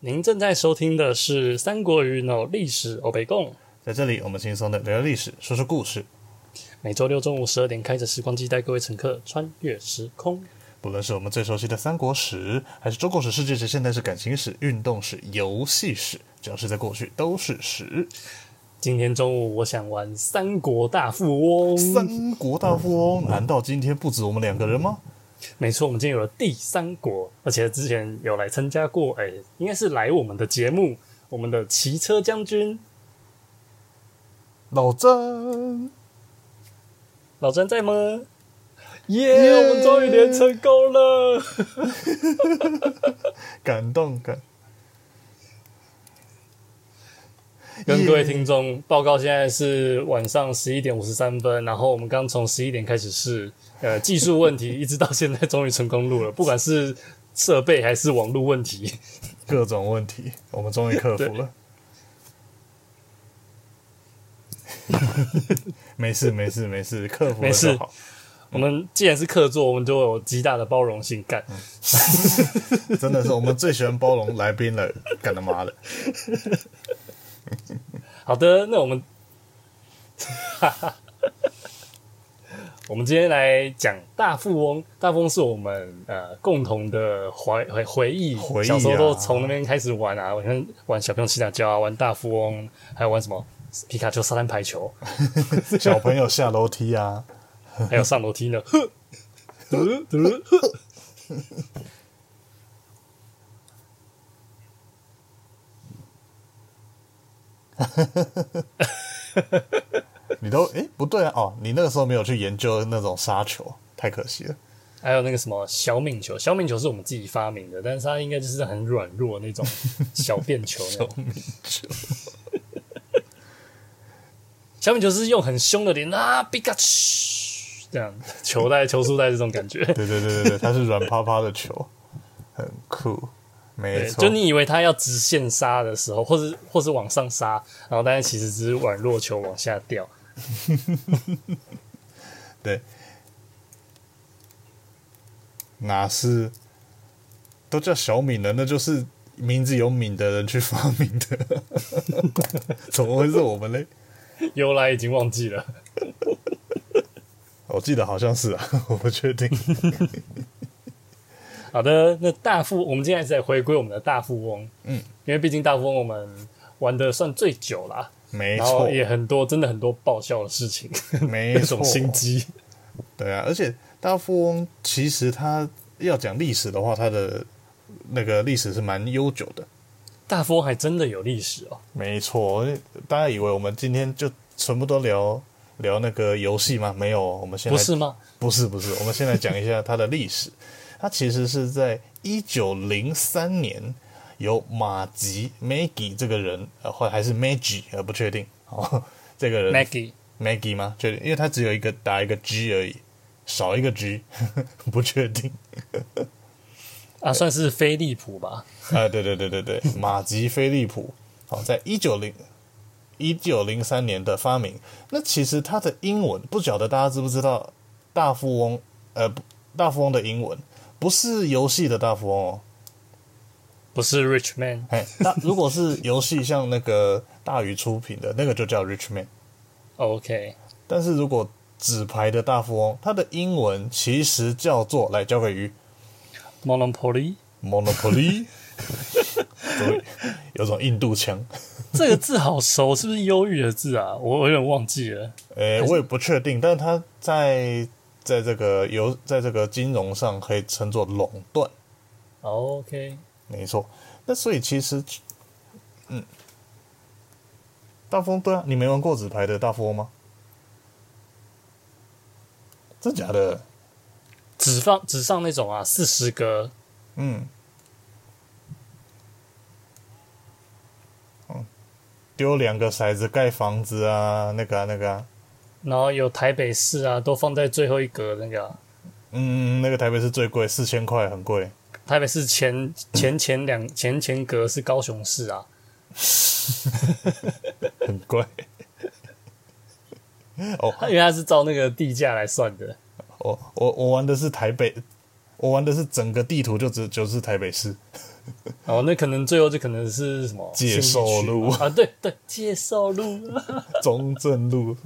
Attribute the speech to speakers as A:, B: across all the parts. A: 您正在收听的是《三国语 No 历史欧北共》，
B: 在这里我们轻松的聊聊历史，说说故事。
A: 每周六中午十二点开着时光机带各位乘客穿越时空。
B: 不论是我们最熟悉的三国史，还是中国史、世界史、现代史、感情史、运动史、游戏史，只要是在过去都是史。
A: 今天中午我想玩《三国大富翁》，
B: 三国大富翁，难道今天不止我们两个人吗？
A: 没错，我们今天有了第三国，而且之前有来参加过，哎、应该是来我们的节目，我们的骑车将军
B: 老詹，
A: 老詹在吗？耶、
B: 耶
A: 我们终于连成功了！
B: 感动感，
A: 跟
B: 耶
A: 各位听众报告，现在是晚上十一点五十三分，然后我们刚从十一点开始试，呃，技术问题一直到现在终于成功录了， 不管是设备还是网络问题，
B: 各种问题，我们终于克服了。没事没事没事，克服了
A: 没事
B: 就好。
A: 我们既然是客座，我们就有极大的包容性干。
B: 真的是我们最喜欢包容来宾了，干他妈的！
A: 好的，那我们， 我们今天来讲《大富翁》。《大富翁》是我们呃共同的怀回回忆，
B: 回忆
A: 小
B: 啊
A: 时候都从那边开始玩啊，玩玩小朋友骑打胶啊，玩大富翁，还有玩什么皮卡丘沙滩排球，
B: 小朋友下楼梯啊，
A: 还有上楼梯 呢。呵呵呵呵
B: 你都诶、不对啊，哦，你那个时候没有去研究那种沙球，太可惜了。
A: 还有那个什么小敏球，小敏球是我们自己发明的，但是它应该就是很软弱 那种小便球那种。小敏球是用很凶的脸啊，比嘎嘘这样球带、球速带这种感觉。
B: 对对对对对，它是软趴趴的球，很酷，没
A: 对，
B: 错。
A: 就你以为他要直线杀的时候，或是或是往上杀，然后但是其实只是软弱球往下掉。
B: 对，哪是都叫小敏了，那就是名字有“敏”的人去发明的， 怎么会是我们嘞？
A: 由来已经忘记了。
B: 哦我记得好像是啊， 我不确定。
A: 好的，那大富，我们今天还是在回归我们的大富翁，嗯，因为毕竟大富翁我们玩的算最久啦，
B: 没
A: 然后
B: 错，
A: 也很多，真的很多爆笑的事情，
B: 没
A: 那
B: 错
A: 种，心机。
B: 对啊，而且大富翁其实他要讲历史的话，他的那个历史是蛮悠久的。
A: 大富翁还真的有历史哦，
B: 没错，大家以为我们今天就全部都聊聊那个游戏吗？没有，我们现在
A: 不是吗？
B: 不是不是，我们先来讲一下它的 历史。它其实是在一九零三年由马吉 Maggie 这个人，呃，或还是 Maggie，呃，不确定哦， 这个人
A: Maggie，
B: Maggie 吗？确定，因为它只有一个打一个 G 而已，少一个 G，不 确定。
A: 啊，算是飞利浦吧。
B: 啊，对对对对对，马吉菲利普，好，在一九零一九零三年的发明。那其实它的英文，不晓得大家知不知道？大富翁，呃，不大富翁的英文不是游戏的大富翁哦。
A: 不是 Rich Man，
B: 哎，大如果是游戏，像那个大鱼出品的那个就叫 Rich Man，
A: OK，
B: 但是如果纸牌的大富翁，它的英文其实叫做来交给鱼
A: Monopoly
B: Monopoly，对，有种印度腔。
A: 这个字好熟，是不是忧郁的字啊？我我有点忘记了。
B: 诶、我也不确定，但是它在在这个游在这个金融上可以称作垄断，
A: OK，
B: 没错。那所以其实，嗯，大富翁对啊，你没玩过纸牌的大富翁吗？真假的？
A: 只放只上那种啊，四十个
B: 嗯，嗯，丢两个骰子盖房子啊，那个啊那个啊，
A: 然后有台北市啊，都放在最后一格那个啊、
B: 嗯，那个台北是最贵，四千块很贵。
A: 台北市前前前两前前格是高雄市啊，
B: 很贵。哦，
A: 它因为它是照那个地价来算的。
B: 我我我玩的是台北，我玩的是整个地图就只就是台北市，
A: 哦，那可能最后就可能是什么
B: 介绍
A: 信
B: 路
A: 义区啊？对对，介绍路。
B: 中正路，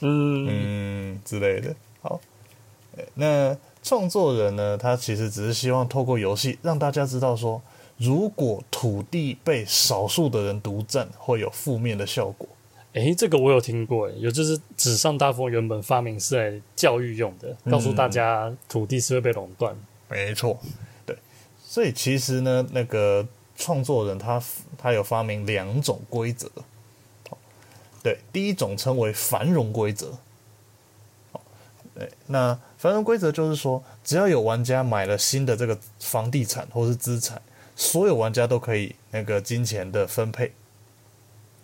A: 嗯，
B: 嗯之类的。好，呃那创作人呢，他其实只是希望透过游戏让大家知道说，如果土地被少数的人独占，会有负面的效果。
A: 诶，这个我有听过，有就是纸上大富翁原本发明是来教育用的，告诉大家土地是会被垄断。
B: 没错，对，所以其实呢，那个创作人他他有发明两种规则，好对，第一种称为繁荣规则，好，对，那繁荣规则就是说，只要有玩家买了新的这个房地产或是资产，所有玩家都可以那个金钱的分配，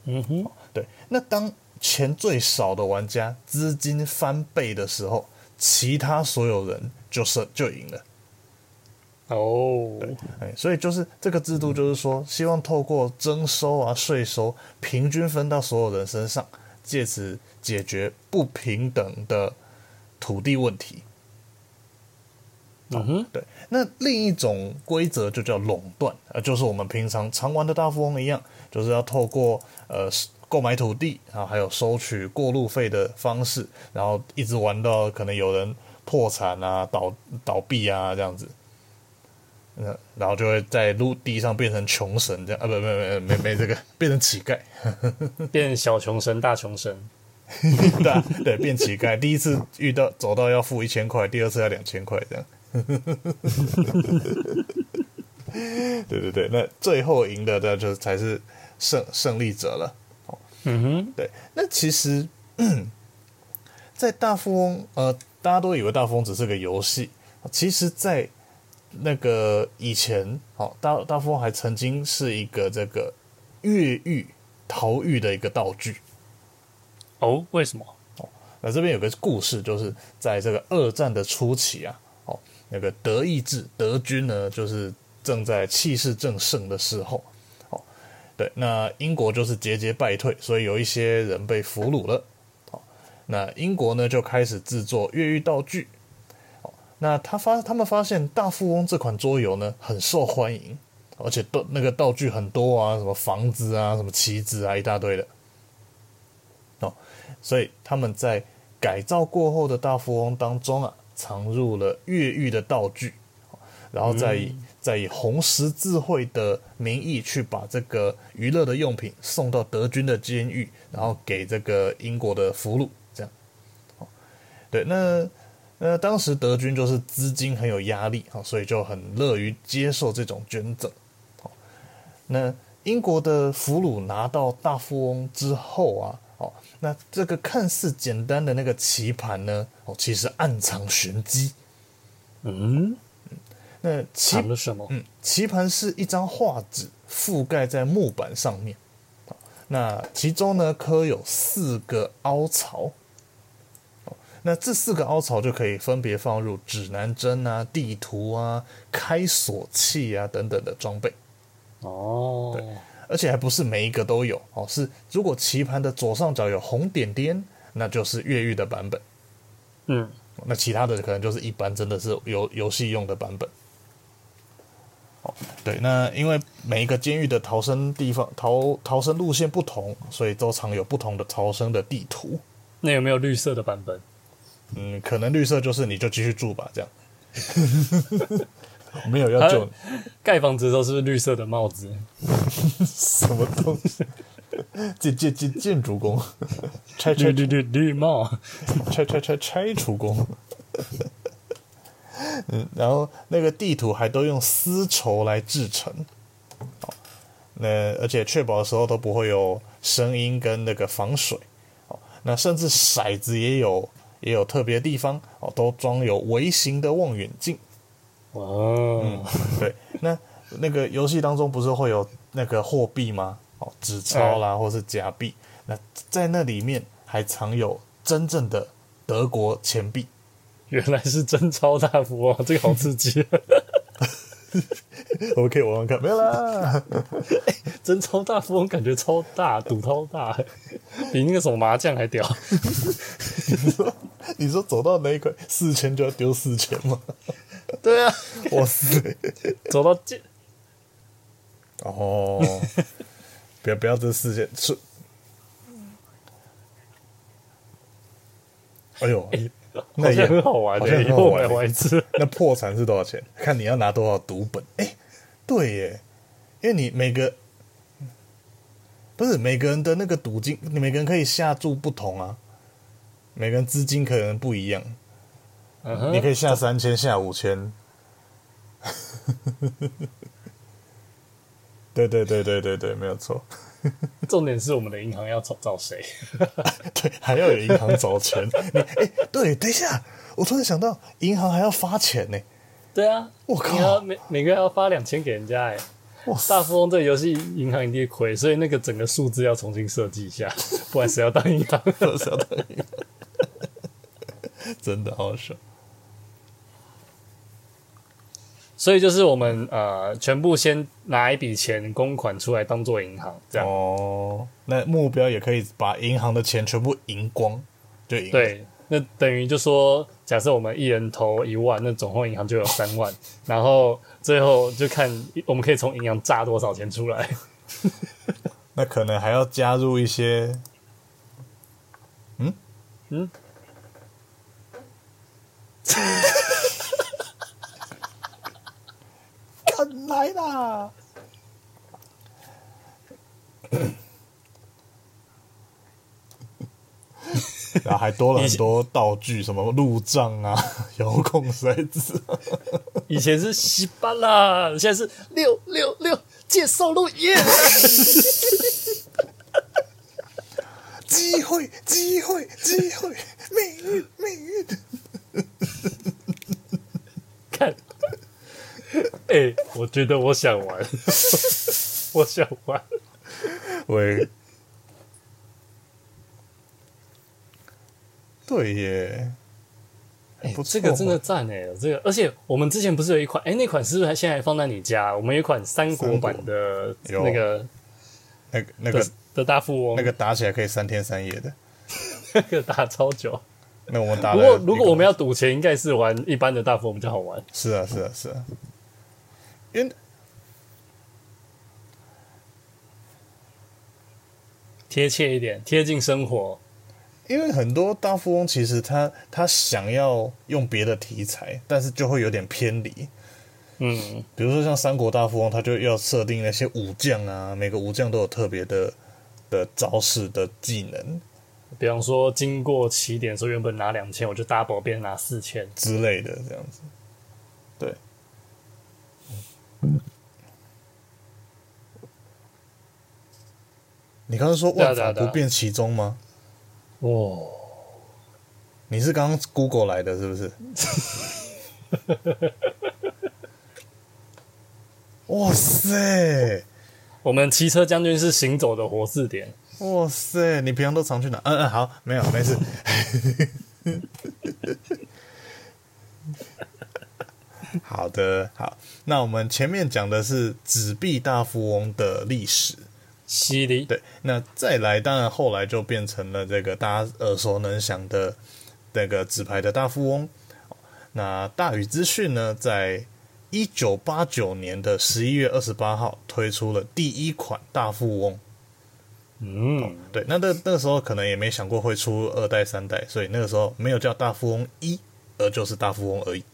A: 嗯哼，
B: 对，那当钱最少的玩家资金翻倍的时候，其他所有人就胜就赢了。
A: 哦，
B: 哎，所以就是这个制度，就是说，希望透过征收啊、税收，平均分到所有人身上，借此解决不平等的土地问题。
A: 嗯哼，
B: 对，那另一种规则就叫垄断，呃，就是我们平常常玩的大富翁一样，就是要透过呃购买土地，然后还有收取过路费的方式，然后一直玩到可能有人破产啊、倒倒闭啊这样子。嗯，然后就会在陆地上变成穷神这样啊，不不不，没没这个，变成乞丐，
A: 变小穷神大穷神。
B: 对啊对，变乞丐。第一次遇到走到要付一千块，第二次要两千块这样。 对对对，那最后赢的那就才是胜胜利者了。
A: 嗯哼，
B: 对，那其实， 在大富翁，呃，大家都以为大富翁只是个游戏，其实，在那个以前，好、大大富翁还曾经是一个这个越狱逃狱的一个道具。
A: 哦，为什么？
B: 那这边有个故事，就是在这个二战的初期啊，哦，那个德意志德军呢，就是正在气势正盛的时候，哦，对，那英国就是节节败退，所以有一些人被俘虏了，哦，那英国呢就开始制作越狱道具，哦，那他发他们发现《大富翁》这款桌游呢很受欢迎，而且都那个道具很多啊，什么房子啊，什么棋子啊，一大堆的。哦，所以他们在改造过后的大富翁当中啊，藏入了越狱的道具，然后再以、再以红十字会的名义去把这个娱乐的用品送到德军的监狱，然后给这个英国的俘虏，这样。哦，对，那。那当时德军就是资金很有压力啊，哦所以就很乐于接受这种捐赠。那英国的俘虏拿到大富翁之后啊，哦，那这个看似简单的那个棋盘呢，哦，其实暗藏玄机。
A: 嗯，
B: 那棋
A: 藏了什么？
B: 嗯，棋盘是一张画纸覆盖在木板上面，好那其中呢刻有四个凹槽，好那这四个凹槽就可以分别放入指南针啊、地图啊、开锁器啊等等的装备。
A: 哦，
B: 而且还不是每一个都有哦，是如果棋盘的左上角有红点点，那就是越狱的版本，
A: 嗯，
B: 那其他的可能就是一般真的是游游戏用的版本。哦，对，那因为每一个监狱的逃生地方、逃逃生路线不同，所以都常有不同的逃生的地图。
A: 那有没有绿色的版本？
B: 嗯，可能绿色就是你就继续住吧，这样。 没有要
A: 还
B: 救
A: 有
B: 你
A: 盖房子的时候是不是绿色的帽子？
B: 什么东西， 建建建建筑工， 拆
A: 绿
B: 拆
A: 绿绿绿帽。
B: 拆拆拆拆除工。 嗯，然后那个地图还都用丝绸来制成，哦，那而且确保的时候都不会有声音跟那个防水，哦，那甚至骰子也有也有特别地方哦，都装有微型的望远镜。
A: 哇哦，
B: 对，那那个游戏当中不是会有那个货币吗？哦，纸钞啦，或是假币。那在那里面还藏有真正的德国钱币。
A: 原来是真超大富翁，这个好刺 激！
B: 我们可以玩玩看，没有啦。
A: 真超大富翁感觉超大，赌超 大，比那个什么麻将还屌。
B: 你说走到哪一块四千就要丢四千吗？对啊，我死。
A: 走到这
B: 哦，不要不要这事件是。哎呦，那
A: 好
B: 也
A: 像很好玩、
B: 好
A: 欸，
B: 像
A: 以
B: 很好
A: 后我
B: 玩
A: 来
B: 欸
A: 玩一 次。
B: 那破产是多少钱？看你要拿多少赌本。哎、对耶，因为你每个不是每个人的那个赌金，你每个人可以下注不同啊，每个人资金可能不一样，
A: 嗯哼
B: 你可以下三千，下五千。 对对对对对对，没有错。
A: 重点是我们的银行要找找谁？
B: 对，还要有银行找钱。 你哎、对，等一下，我突然想到，银行还要发钱呢。
A: 对啊，
B: 我靠
A: 你要每每个月要发两千给人家哎、
B: 哇塞，
A: 大富翁这个游戏银行一定亏，所以那个整个数字要重新设计一 下，不然谁要当银行？
B: 小到银行，真的好爽。
A: 所以就是我们呃，全部先拿一笔钱公款出来当做银行，这样、
B: 哦，那目标也可以把银行的钱全部赢光，就赢。，
A: 对。那等于就说，假设我们一人投一万，那总共银行就有三万，然后最后就看我们可以从银行榨多少钱出来。
B: 那可能还要加入一些，嗯
A: 嗯，
B: 看来啦。 然后还多了很多道具，什么路障啊、遥控骰子、啊。
A: 以前是西巴啦，现在是六六六介绍路耶。
B: 机会，机会，机会，命运，命运。
A: 看，哎、我觉得我想玩，我想玩。
B: 喂， 对耶，
A: 哎
B: 不错
A: 这个真的赞哎、这个，而且我们之前不是有一款，哎、那款是不是还现在还放在你家？我们有一款三国版的
B: 三国
A: 那个
B: 那个那
A: 的
B: 个
A: 的大富翁，
B: 那个打起来可以三天三夜的。
A: 那个打超久。
B: 那我们打
A: 不
B: 了
A: 过
B: 一个
A: 如果我们要赌钱，应该是玩一般的大富翁比较好玩。
B: 是啊是啊是啊，因为
A: 贴切一点，贴近生活。
B: 因为很多大富翁其实他他想要用别的题材，但是就会有点偏离。
A: 嗯，
B: 比如说像三国大富翁，他就要设定那些武将啊，每个武将都有特别的的招式的技能
A: 比方说经过起点的时候，原本拿两千，我就 double 变成拿四千。
B: 之类的这样子。对，你刚刚说
A: 对啊
B: 万
A: 对啊
B: 法
A: 对啊
B: 不变其中吗？
A: 哇、
B: 你是刚刚 Google 来的，是不是？ 哇塞，
A: 我们骑车将军是行走的活字典，
B: 哇塞！你平常都常去哪？嗯嗯，好，没有，没事。 好的，好。那我们前面讲的是纸币大富翁的历史，
A: 犀利。
B: 对，那再来，当然后来就变成了这个大家耳熟能详的那个纸牌的大富翁。哦那大宇资讯呢，在一九八九年的十一月二十八号推出了第一款大富翁。
A: 嗯，
B: 对，那那那时候可能也没想过会出二代、三代，所以那个时候没有叫大富翁一，而就是大富翁而已。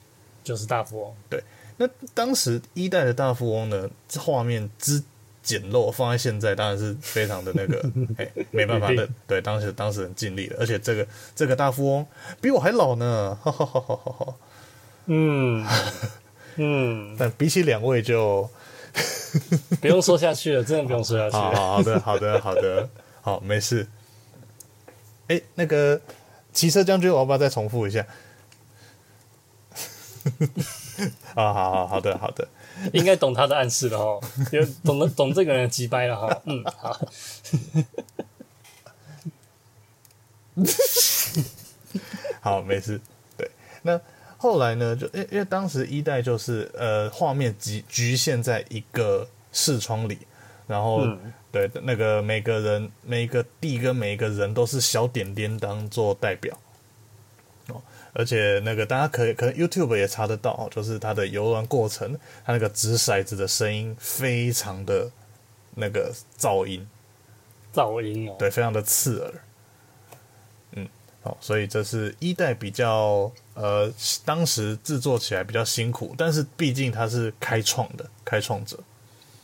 A: 就是大富翁。
B: 对，那当时一代的大富翁呢，这画面之简陋，放在现在当然是非常的那个，哎，没办法
A: 一定
B: 的，对，当时当时很尽力了，而且这个这个大富翁比我还老呢，哈哈哈哈哈哈。
A: 嗯嗯，
B: 但比起两位就，
A: 不用说下去了，真的不用说下去
B: 好
A: 了。
B: 好好的好的好的，好没事。哎，那个骑车将军，我要不要再重复 一下？啊，好好好的好的，
A: 应该懂他的暗示了哦，有懂得懂这个人的击败了哈。嗯，好，
B: 好，没事。对，那后来呢？就因因为当时一代就是呃，画面局局限在一个视窗里，然后、
A: 嗯
B: 对那个每个人每一个地跟每一个人都是小点点当做代表。哦，而且那个大家可以可能 YouTube 也查得到哦，就是它的游玩过程，它那个掷骰子的声音非常的那个噪音，
A: 噪音哦，
B: 对，非常的刺耳。嗯，好，所以这是一代比较呃，当时制作起来比较辛苦，但是毕竟它是开创的开创者。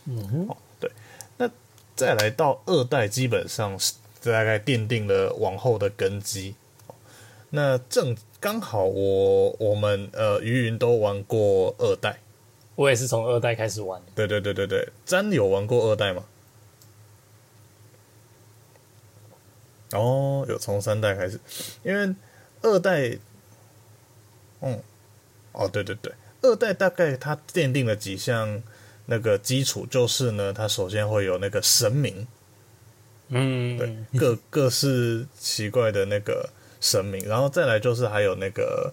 A: 嗯哼，
B: 哦，对，那再来到二代，基本上是大概奠定了往后的根基。那正刚好我我们呃鱼云都玩过二代，
A: 我也是从二代开始玩的，
B: 对对对对对，詹有玩过二代吗？哦，有从三代开始，因为二代，嗯，哦，对对对，二代大概它奠定了几项那个基础，就是呢，它首先会有那个神明，
A: 嗯，
B: 对，各 各式奇怪的那个神明，然后再来就是还有那个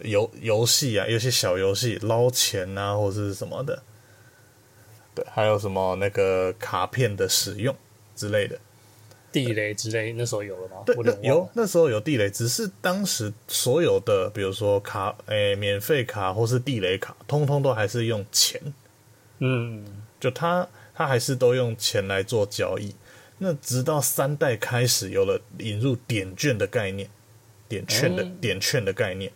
B: 游游戏啊，有些小游戏捞钱啊，或者是什么的，对，还有什么那个卡片的使用之类的，
A: 地雷之类，那时候有了吗？
B: 对，
A: 我
B: 那
A: 点忘
B: 有
A: 了
B: 那时候有地雷，只是当时所有的，比如说卡，诶、免费卡或是地雷卡，通通都还是用钱，
A: 嗯，
B: 就他他还是都用钱来做交易。那直到三代开始有了引入点券的概念，点券的、
A: 嗯
B: 点券的概念，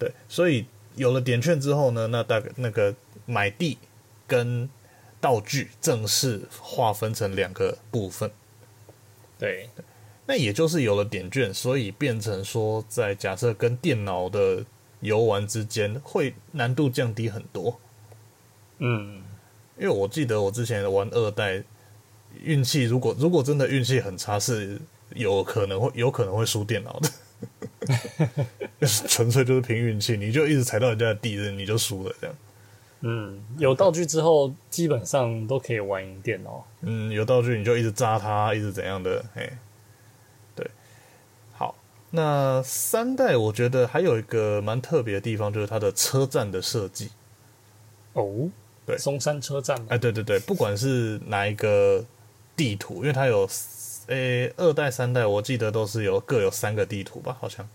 B: 对，所以有了点券之后呢，那大概那个买地跟道具正式划分成两个部分。
A: 对，
B: 那也就是有了点券，所以变成说，在假设跟电脑的游玩之间，会难度降低很多。
A: 嗯，
B: 因为我记得我之前玩二代，运气如果如果真的运气很差，是有可能会有可能会输电脑的，就是 纯粹就是凭运气，你就一直踩到人家的地，你就输了这样。
A: 嗯，有道具之后，基本上都可以玩哦赢电脑。
B: 嗯，有道具你就一直扎他，一直怎样的，哎，对，好，那三代我觉得还有一个蛮特别的地方，就是它的车站的设计，
A: 哦，
B: 对
A: 松山车站嘛
B: 哎，对对对，不管是哪一个地图，因为它有，诶，二代、三代，我记得都是有各有三个地图吧，好像，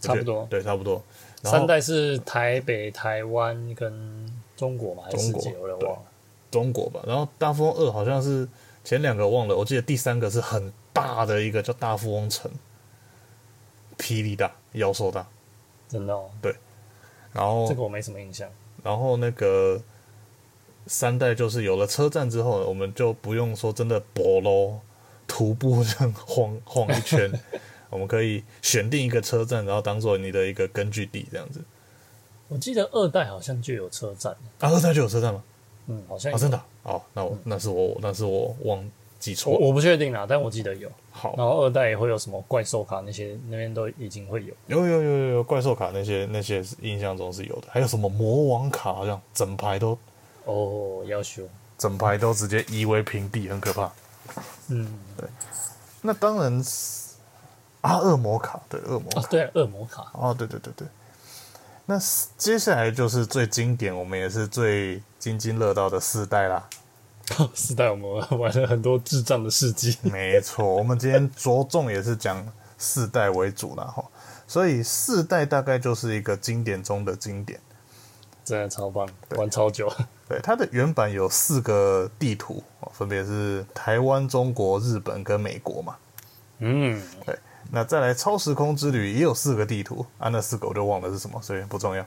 A: 差不
B: 我
A: 多
B: 觉。得对，差不多，然后
A: 三代是台北、台湾跟中国嘛，还是世界？
B: 中
A: 有
B: 国
A: 点忘了。
B: 中国吧，然后大富翁二好像是前两个忘了，我记得第三个是很大的一个叫大富翁城，霹雳大，妖兽大。
A: 真的哦，
B: 然后
A: 这个我没什么印象。
B: 然后那个三代就是有了车站之后，我们就不用说真的搏喽，徒步这样晃晃一圈，我们可以选定一个车站，然后当做你的一个根据地这样子。
A: 我记得二代好像就有车站，
B: 啊，二代就有车站吗？
A: 嗯，好像
B: 啊，
A: 有。
B: 真的啊、哦，那我那是我那是我忘记错
A: 我
B: 了。
A: 我不确定啦，但我记得有。然
B: 好，
A: 后二代也会有什么怪兽卡那些，那边都已经会有。
B: 有有有有有怪兽卡那些那些是印象中是有的，还有什么魔王卡，好像整排都
A: 哦，要修。
B: 整排都直接夷为平地，很可怕。
A: 嗯，
B: 那当然是啊，恶魔卡对恶魔卡
A: 哦，，对了，恶魔卡。
B: 哦，对对对对。那是接下来就是最经典，我们也是最津津乐道的四代啦。
A: 四代我们玩了很多智障的事迹。
B: 没错，我们今天着重也是讲四代为主啦，哈。所以四代大概就是一个经典中的经典。
A: 真的超棒，玩超久。
B: 对，它的原版有四个地图，哦分别是台湾、中国、日本跟美国嘛。
A: 嗯，
B: 对，那再来超时空之旅也有四个地图，啊，那四个我就忘了是什么，所以不重要。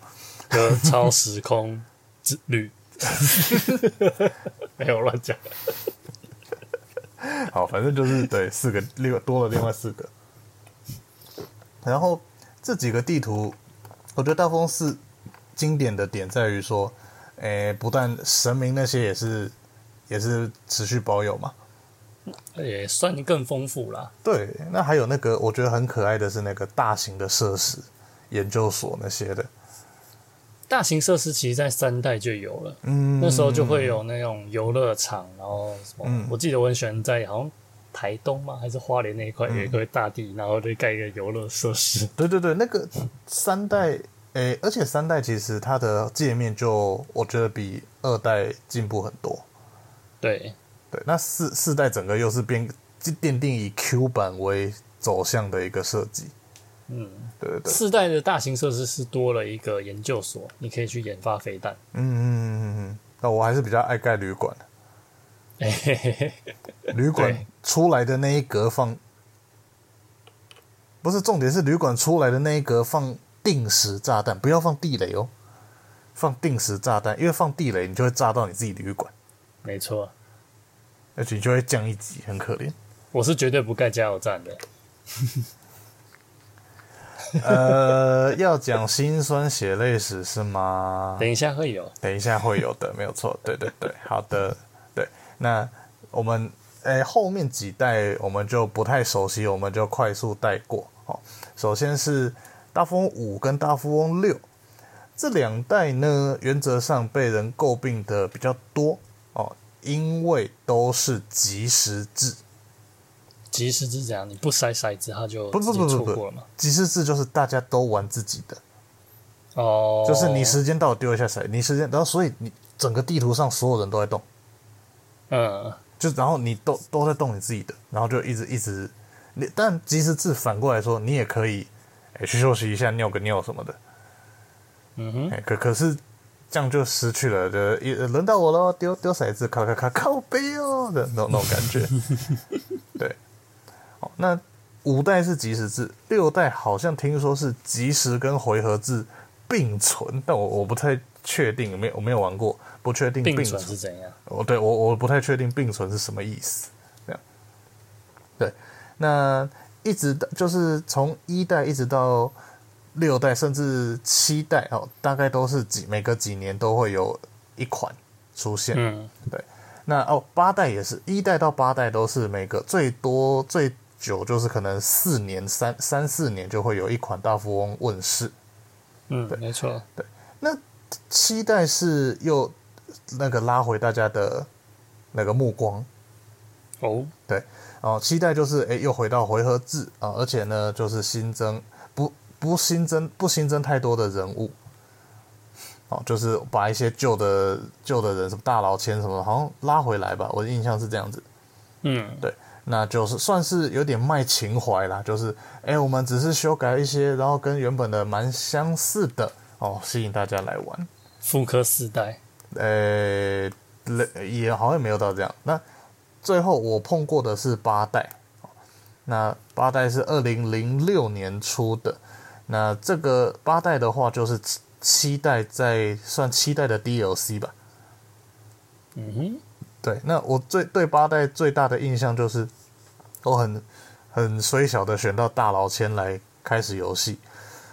A: 就超时空之旅， 没有乱讲。
B: 好，反正就是对四个，另外多了另外四个。然后这几个地图，我觉得大风是经典的点在于说，诶，不但神明那些也是也是持续保有嘛。
A: 也算更丰富啦。
B: 对，那还有那个我觉得很可爱的是那个大型的设施、研究所那些的，
A: 大型设施其实，在三代就有了，
B: 嗯，
A: 那时候就会有那种游乐场，然后什么，
B: 嗯
A: 我记得我很喜欢在好像台东嘛，还是花莲那一块有一块大地，然后就盖一个游乐设施。
B: 对对对，那个三代，诶，而且三代其实它的界面就我觉得比二代进步很多。
A: 对，
B: 对，那四四代整个又是变奠定以 Q 版为走向的一个设计，对对对，
A: 四代的大型设施是多了一个研究所，你可以去研发飞 弹。
B: 嗯嗯嗯嗯嗯，那我还是比较爱盖旅馆，
A: 嘿嘿嘿嘿
B: 旅馆
A: 对
B: 出来的那一格放，不是重点是旅馆出来的那一格放定时炸弹，不要放地雷哦，放定时炸弹，因为放地雷你就会炸到你自己旅馆，
A: 没错，
B: 而且你就会降一级，很可怜。
A: 我是绝对不盖加油站的。
B: 呃， 要讲辛酸血泪史是吗？
A: 等一下会有，
B: 等一下会有的，没有错。对对对，好的，对。那我们诶、后面几代我们就不太熟悉，我们就快速带过。哦，首先是大富翁五跟大富翁六这两代呢，原则上被人诟病的比较多哦，因为都是即时制。
A: 即时是怎样？你不筛骰子，它就
B: 不不
A: 直接
B: 不不
A: 错过了
B: 不
A: 嘛。，
B: 即时制就是大家都玩自己的，
A: 哦，
B: 就是你时间到了丢一下骰，你时间，然后所以你整个地图上所有人都在动。
A: 嗯，
B: 就然后你都都在动你自己的，然后就一直一直，你但即使是反过来说，你也可以，哎、去休息一下，尿个尿什么的，
A: 嗯哼，
B: 哎、可可是这样就失去了，这一呃轮到我喽，丢丢骰子，咔咔咔，靠背哦的那种那种感 觉，对，哦，那五代是即时制，六代好像听说是即时跟回合制并存，但我我不太确定，没有我没有玩过，不确定并
A: 并
B: 存
A: 存是怎样？
B: 我哦对我我不太确定并存是什么意思。这样，对，那一直到就是从一代一直到六代，甚至七代哦，大概都是几每隔几年都会有一款出现。
A: 嗯，
B: 那哦，八代也是一代到八代都是每个最多最久就是可能四年三三四年就会有一款大富翁问世。
A: 嗯，没错，
B: 那期待是又那个拉回大家的那个目光，
A: 哦，
B: 对，哦，期待就是诶，又回到回合制啊、而且呢，就是新增不不新增不新增太多的人物，哦，就是把一些旧的旧的人，什么大老千什么的，好像拉回来吧，我的印象是这样子。
A: 嗯，
B: 对，那就是算是有点卖情怀啦，就是诶，我们只是修改一些，然后跟原本的蛮相似的哦，吸引大家来玩。
A: 复刻四代，
B: 呃，类也好像没有到这样。那最后我碰过的是八代，那八代是二零零六年出的。那这个八代的话，就是七七代在算七代的 DLC 吧。
A: 嗯哼，
B: 对，那我最对八代最大的印象就是，我很很虽小的选到大老千来开始游戏。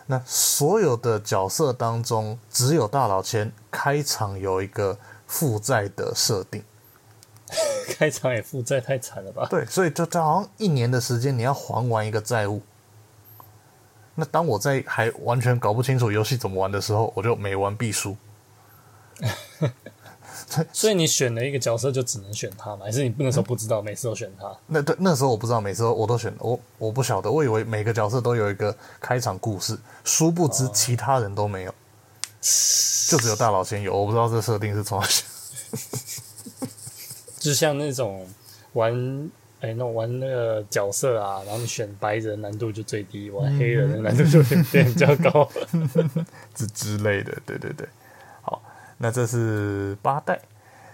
B: 那所有的角色当中，只有大老千开场有一个负债的设定。
A: 开场也负债太惨了吧？
B: 对，所以就就好像一年的时间，你要还完一个债务。那当我在还完全搞不清楚游戏怎么玩的时候，我就每玩必输。
A: 所以你选了一个角色就只能选他吗？还是你那时候不知道，每次都选他？
B: 那对那时候我不知道，每次都我都选我我不晓得，我以为每个角色都有一个开场故事，殊不知其他人都没有，就只有大佬先有。我不知道这设定是从哪 来
A: 就像那种玩哎、那种玩那个角色啊，然后你选白人难度就最低，玩黑人的难度就
B: 嗯
A: 会变比较高。
B: 之之类的，对对对。好，那这是八代，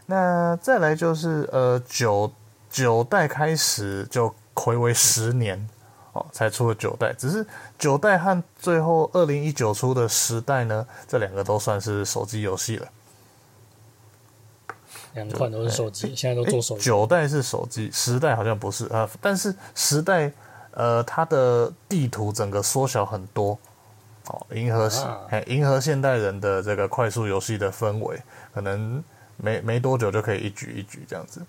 B: 那再来就是呃九九代开始就暌违十年哦，才出了九代。只是九代和最后二零一九出的十代呢，这两个都算是手机游戏了。
A: 两款都是手机，现在都做手机。
B: 哎九代是手机，十代好像不是啊、呃但是十代呃，它的地图整个缩小很多，哦，迎合
A: 啊
B: 嘿迎合现代人的这个快速游戏的氛围，可能没没多久就可以一局一局这样子。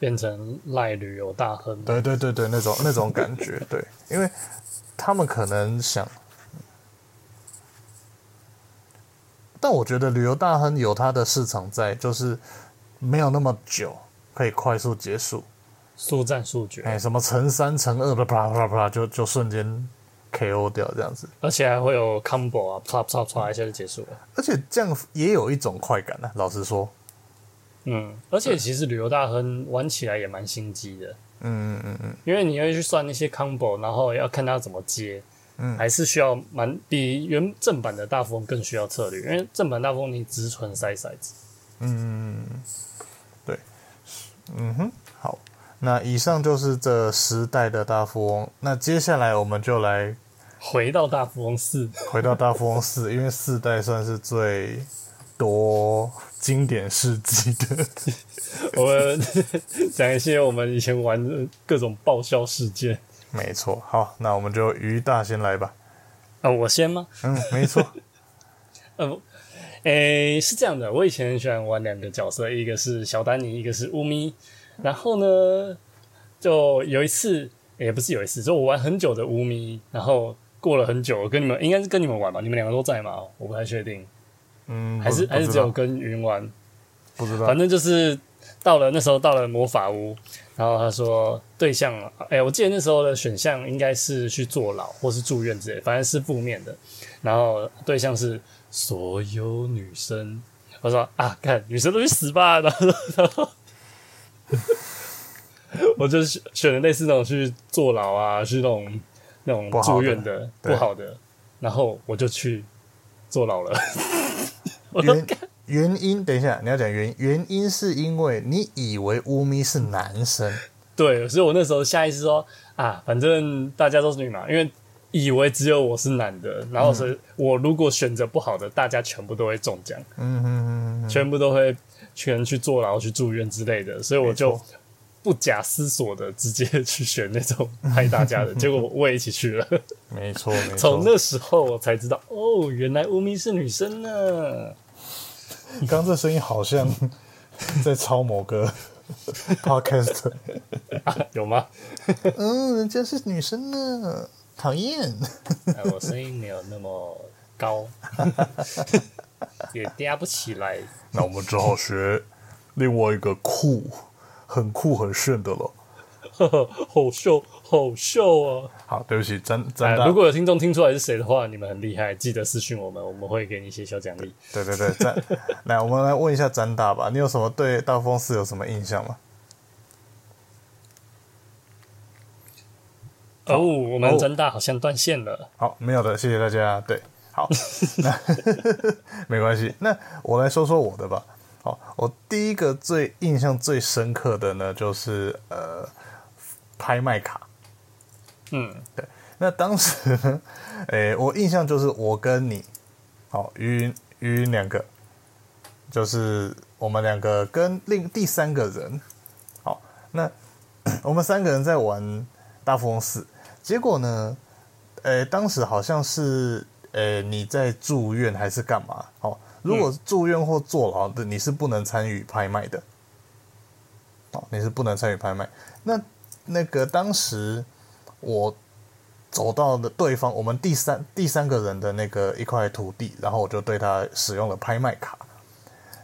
A: 变成赖旅游大亨。
B: 对对对对，那 种那种感觉，对，因为他们可能想，但我觉得旅游大亨有它的市场在，就是没有那么久可以快速结束。
A: 速战速决，
B: 哎、什么乘三乘二的啪啦啪啦啪啦，就就瞬间 KO 掉这样子，
A: 而且还会有 combo 啊，啪啪啪一下就结束了。
B: 而且这样也有一种快感呢、老实说，
A: 嗯，而且其实旅游大亨玩起来也蛮心机的，
B: 嗯嗯嗯嗯，
A: 因为你要去算那些 combo，然后要看他怎么接，嗯，还是需要蛮比原正版的大富翁更需要策略，因为正版大富翁你只纯筛骰子。
B: 嗯哼，好，那以上就是这十代的大富翁。那接下来我们就来
A: 回到大富翁 四，
B: 回到大富翁四， 因为四代算是最多经典事迹的。
A: 我们 讲一些我们以前玩的各种爆笑事件。
B: 没错，好，那我们就于大先来吧。
A: 啊，我先吗？
B: 嗯，没错，
A: 呃，诶、是这样的，我以前很喜欢玩两个角色，一个是小丹尼，一个是乌咪。然后呢，就有一次，也不是有一次，就我玩很久的乌咪，然后过了很久，我跟你们应该是跟你们玩吧？你们两个都在吗？我不太确定，
B: 嗯，
A: 还是
B: 不
A: 还是只
B: 不知道
A: 有跟云玩？
B: 不知道
A: 反，正就是到了那时候到了魔法屋，然后他说对象，哎、我记得那时候的选项应该是去坐牢或是住院之类，反正是负面的。然后对象是所有女生，我说啊，看女生都去死吧， 然后然后。我就选选了类似那种去坐牢啊，去那种那种
B: 不好的
A: 住院的
B: 对
A: 不好的，然后我就去坐牢了。我说
B: 原原因，等一下，你要讲原原因是因为你以为乌咪是男生，
A: 对，所以我那时候下意识说啊，反正大家都是女嘛，因为以为只有我是男的，然后是我如果选择不好的，大家全部都会中奖，
B: 嗯嗯嗯，
A: 全部都会全去坐牢、去住院之类的，所以我就不假思索的直接去选那种害大家 的，结果我也一起去了。
B: 没错没
A: 从
B: 错。
A: 那时候我才知道，哦，原来乌咪是女生 呢。
B: 刚这声音好像在抄某个 podcast，
A: 有吗？
B: 嗯，人家是女生呢，讨厌。
A: 哎，我声音没有那么高， 也嗲不起来。
B: 那我们只好学另外一个酷、很酷、很炫的了。
A: 好秀，好秀啊！
B: 好，对不起，张张
A: 哎
B: 大，
A: 如果有听众听出来是谁的话，你们很厉害，记得私讯我们，我们会给你一些小奖励。
B: 对对对，张，来，我们来问一下张大吧，你有什么对大风寺有什么印象吗？
A: 哦，我们真大好像断线了。
B: 好，没有的，谢谢大家。对，好，那 没关系。那我来说说我的吧。好，我第一个最印象最深刻的呢，就是呃，拍卖卡。
A: 嗯，
B: 那当时呢，诶、我印象就是我跟你，好，云云两个，就是我们两个跟另第三个人，好，那 我们三个人在玩大富翁四，结果呢，诶、当时好像是诶、你在住院还是干嘛？哦，如果住院或坐牢的，你是不能参与拍卖的，哦，你是不能参与拍卖。那那个当时我走到的对方，我们第三第三个人的那个一块土地，然后我就对他使用了拍卖卡。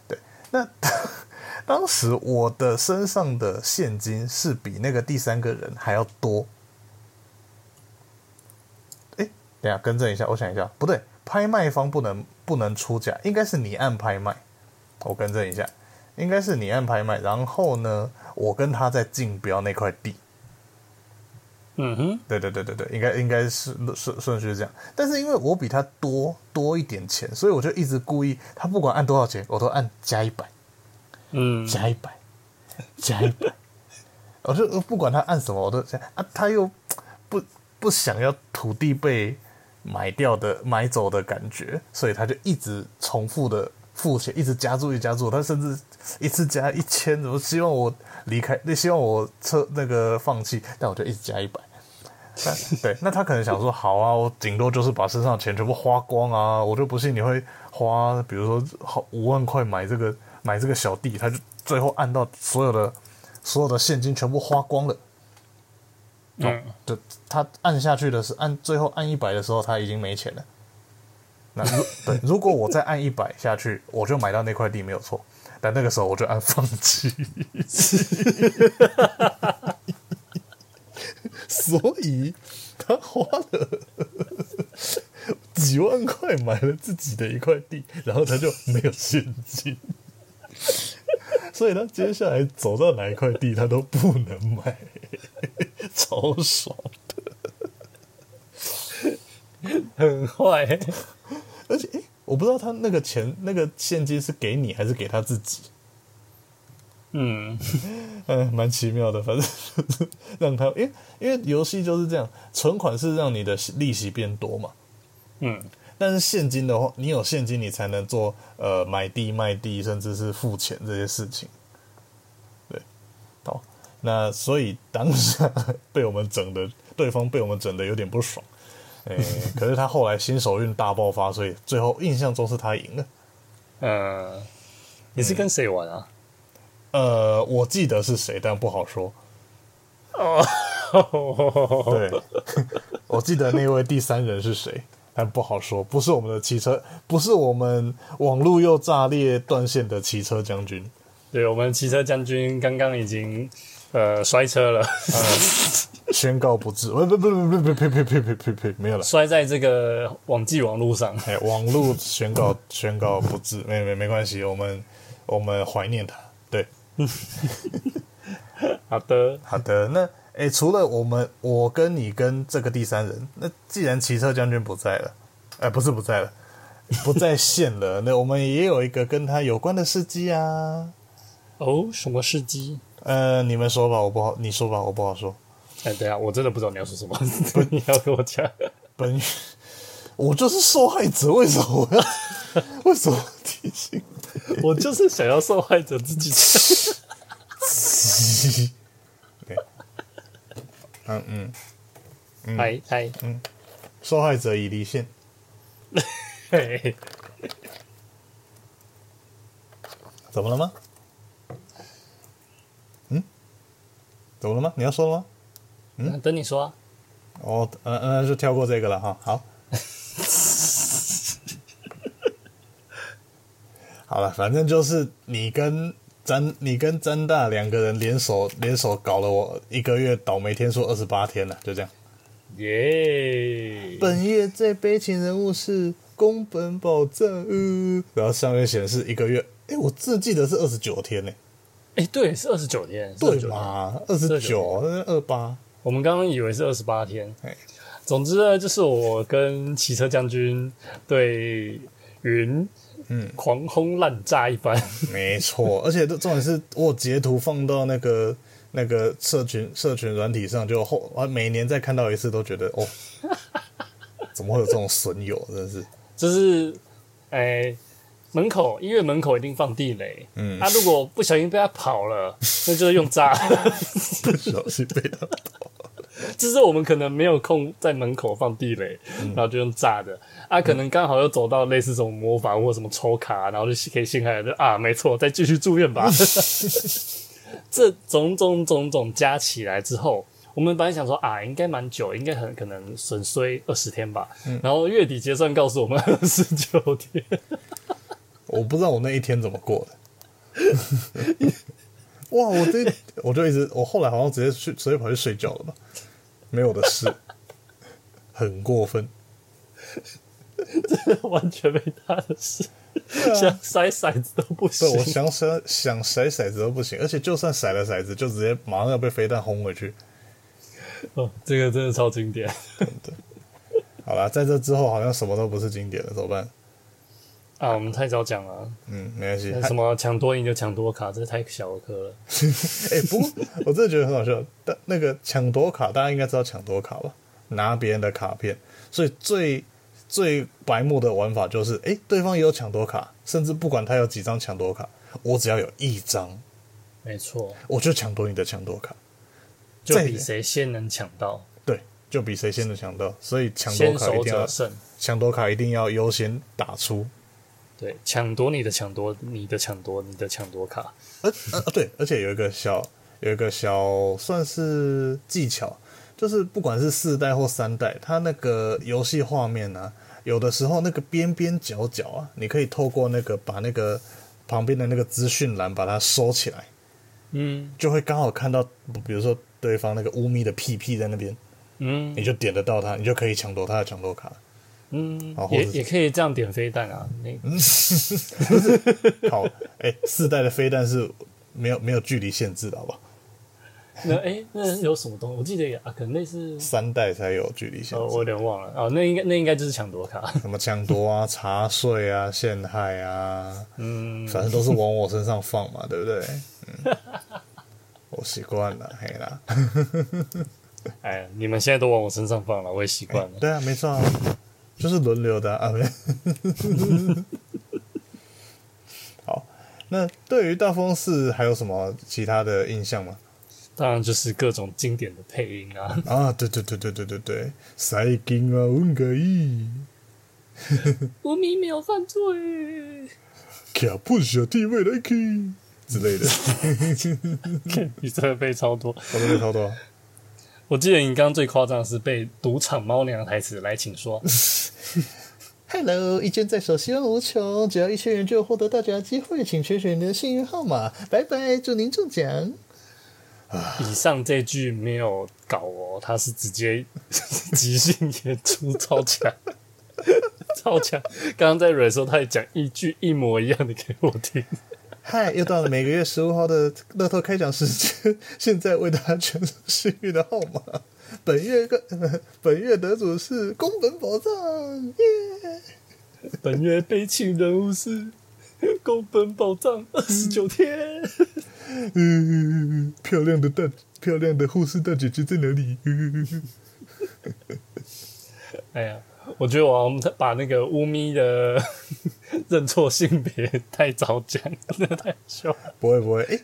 B: 对，那 当时我的身上的现金是比那个第三个人还要多。哎，等一下更正一下，我想一下，不对，拍卖方不能不能出价，应该是你按拍卖。我更正一下，应该是你按拍卖，然后呢，我跟他在竞标那块地。
A: 嗯哼，
B: 对对对对对，应该应该是顺顺序是这样。但是因为我比他多多一点钱，所以我就一直故意，他不管按多少钱，我都按加一百，
A: 嗯，
B: 加一百，加一百。我就我不管他按什么，我都想啊，他又不不想要土地被买掉的买走的感觉，所以他就一直重复的付钱，一直加注，一直加注。他甚至一次加一千，怎么希望我离开，那希望我撤那个放弃，但我就一直加一百。那 对，那他可能想说，好啊，我顶多就是把身上的钱全部花光啊，我就不信你会花，比如说好五万块买这个买这个小弟，他就最后按到所有的所有的现金全部花光了。
A: 嗯，
B: 就他按下去的是按最后按一百的时候，他已经没钱了。那如 对，如果我再按一百下去，我就买到那块地没有错，但那个时候我就按放弃。 所以他花了几万块买了自己的一块地，然后他就没有现 金，所以他接下来走到哪一块地他都不能买。超爽的。
A: 很坏、
B: 而且，诶，我不知道他那个钱那个现金是给你还是给他自己，
A: 嗯，
B: 嗯，蛮奇妙的，反正就是让他，因为因为游戏就是这样，存款是让你的利息变多嘛，
A: 嗯，
B: 但是现金的话，你有现金你才能做呃买地卖地，甚至是付钱这些事情。对，好，那所以当下被我们整的，对方被我们整的有点不爽，诶、可是他后来新手运大爆发，所以最后印象中是他赢了。
A: 呃，你是跟谁玩 啊？
B: 呃，我记得是谁，但不好说。
A: 哦，
B: 对， 我记得那位第三人是谁，但不好说，不是我们的骑车，不是我们网路又炸裂断线的骑车将军。
A: 对，我们骑车将军刚刚已经呃摔车 了，
B: 宣告不治，不不不不不呸呸呸呸呸呸，没有了。
A: 摔在这个网际网路上。
B: 哎，网络宣告宣告不治，没没没关系，我们我们怀念他。对，
A: 好的，
B: 好的， 那哎，除了我们，我跟你跟这个第三人，那既然骑车将军不在了，哎，不是不在了，不在线了，那我们也有一个跟他有关的事迹啊。
A: 哦，什么事机？
B: 呃，你们说吧，我不好，你说吧，我不好说。
A: 哎、等一下，我真的不知道你要说什 么，你要跟我讲。
B: 本我就是受害者，为什么我要为什么提醒？
A: 我就是想要受害者自己讲。
B: 对，嗯嗯，
A: 嗨嗨，
B: 受害者已离线。嗯
A: 嘿
B: 怎么了吗？嗯，怎么了吗？你要说了吗？
A: 那等你说啊。
B: 哦，嗯嗯，就跳过这个了哈。 好，好了，反正就是你跟詹，你跟詹大两个人联手联手搞了我一个月倒霉天数二十八天了，就这样。
A: 耶、
B: 本页最悲情人物是宫本宝藏，呃，然后上面显示一个月，哎、我自记得是二十九天呢、
A: 哎，对，是二十九天，
B: 对
A: 29天？
B: 嘛，二十九二八，
A: 我们刚刚以为是二十八天
B: 哎。
A: 总之呢，就是我跟骑车将军对云，嗯，狂轰滥炸一番。
B: 没错。而且这重点是我有截图放到那个那个社群社群软体上，就后我每年再看到一次都觉得哦，怎么会有这种损友？真的是，
A: 就是，哎、门口医院门口一定放地雷，
B: 嗯
A: 啊，如果不小心被他跑了，那就是用炸。
B: 不小心被他
A: 就是我们可能没有空在门口放地雷，然后就用炸的啊，可能刚好又走到类似这种魔法或什么抽卡，然后就可以陷害人，就啊，没错，再继续住院 吧。这种种种种加起来之后，我们本来想说啊，应该蛮久，应该很可能损衰二十天吧，然后月底结算告诉我们二十九天，
B: 我不知道我那一天怎么过的。哇！我这我就一直，我后来好像直接去直接跑去睡觉了吧，没有的事，很过分。
A: 完全没他的事，想筛骰子都不
B: 对，我
A: 行。
B: 想甩想甩骰子都不行，而且就算甩了骰子，就直接马上要被飞弹轰回去。
A: 哦，这个真的超经典。
B: 好啦，在这之后好像什么都不是经典了，怎么办？
A: 啊，我们太早讲了。
B: 嗯，没关系。
A: 那什么抢多赢就抢多卡，这太小儿科了。
B: 哎、不过我真的觉得很好笑。但那个抢夺卡，大家应该知道抢夺卡吧？拿别人的卡片，所以最最白目的玩法就是，哎、对方也有抢夺卡，甚至不管他有几张抢夺卡，我只要有一张，
A: 没错，
B: 我就抢夺你的抢夺卡。
A: 就
B: 这
A: 比谁先能抢到，
B: 对，就比谁先能抢到。所以抢夺
A: 先
B: 卡
A: 手
B: 一定
A: 者
B: 要
A: 胜。
B: 抢夺卡一定要优先打出。
A: 对，抢夺你的抢夺，你的抢夺，你的抢夺卡。
B: 而呃对，而且有一个小有一个小算是技巧，就是不管是四代或三代，它那个游戏画面呢、有的时候那个边边角角啊，你可以透过那个把那个旁边的那个资讯栏把它收起来，
A: 嗯
B: 就会刚好看到，比如说对方那个乌咪的屁屁在那边，
A: 嗯
B: 你就点得到它，你就可以抢夺它的抢夺 卡。
A: 嗯
B: 好，或
A: 也
B: 者是嗯
A: 也可以这样点飞弹啊。那
B: 好，哎、四代的飞弹是没有没有距离限制的，好吧？
A: 那哎、诶那有什么东西？我记得也啊，可能类 似，
B: 三代才有距离限
A: 呃，
B: 制，
A: 我有点忘了哦，那应该那应该就是抢夺卡，
B: 什么抢夺啊、查税啊、陷害啊，嗯，反正都是往我身上放嘛，对不对？嗯，我习惯了，嘿啦，
A: 哎呀，你们现在都往我身上放了，我也习惯了。
B: 对啊，没错啊，就是轮流的啊。啊没 好，那对于大风寺还有什么其他的印象吗？
A: 当然就是各种经典的配音 啊，
B: 啊，对对对对对对对，塞金啊，温个伊，
A: 无名没有犯罪，
B: 卡布小弟未来 k 之类的，
A: 你真的背超多。
B: 我都没啊超多。
A: 我记得你刚刚最夸张的是背赌场猫娘的台词，来，请 说。
B: Hello，一卷在手，希望无穷。只要一千元就获得大奖机会，请选选您的幸运号码。拜拜，祝您中奖。
A: 以上这句没有搞哦，他是直接即兴演出，超强， 超强。刚刚在蕊的时候，他也讲一句一模一样的给我听，
B: 嗨，又到了每个月十五号的乐透开奖时间，现在为大家全出幸运的号码。本月个、 本月得主是宫本宝藏，耶！
A: 本月悲情人物是宫本宝藏，二十九天。
B: 嗯，漂亮的大漂亮的护士大姐姐在哪里？
A: 哎呀，我觉得我好像把那个乌咪的 认错性别太早讲，真的太笑了。
B: 不会不会，诶，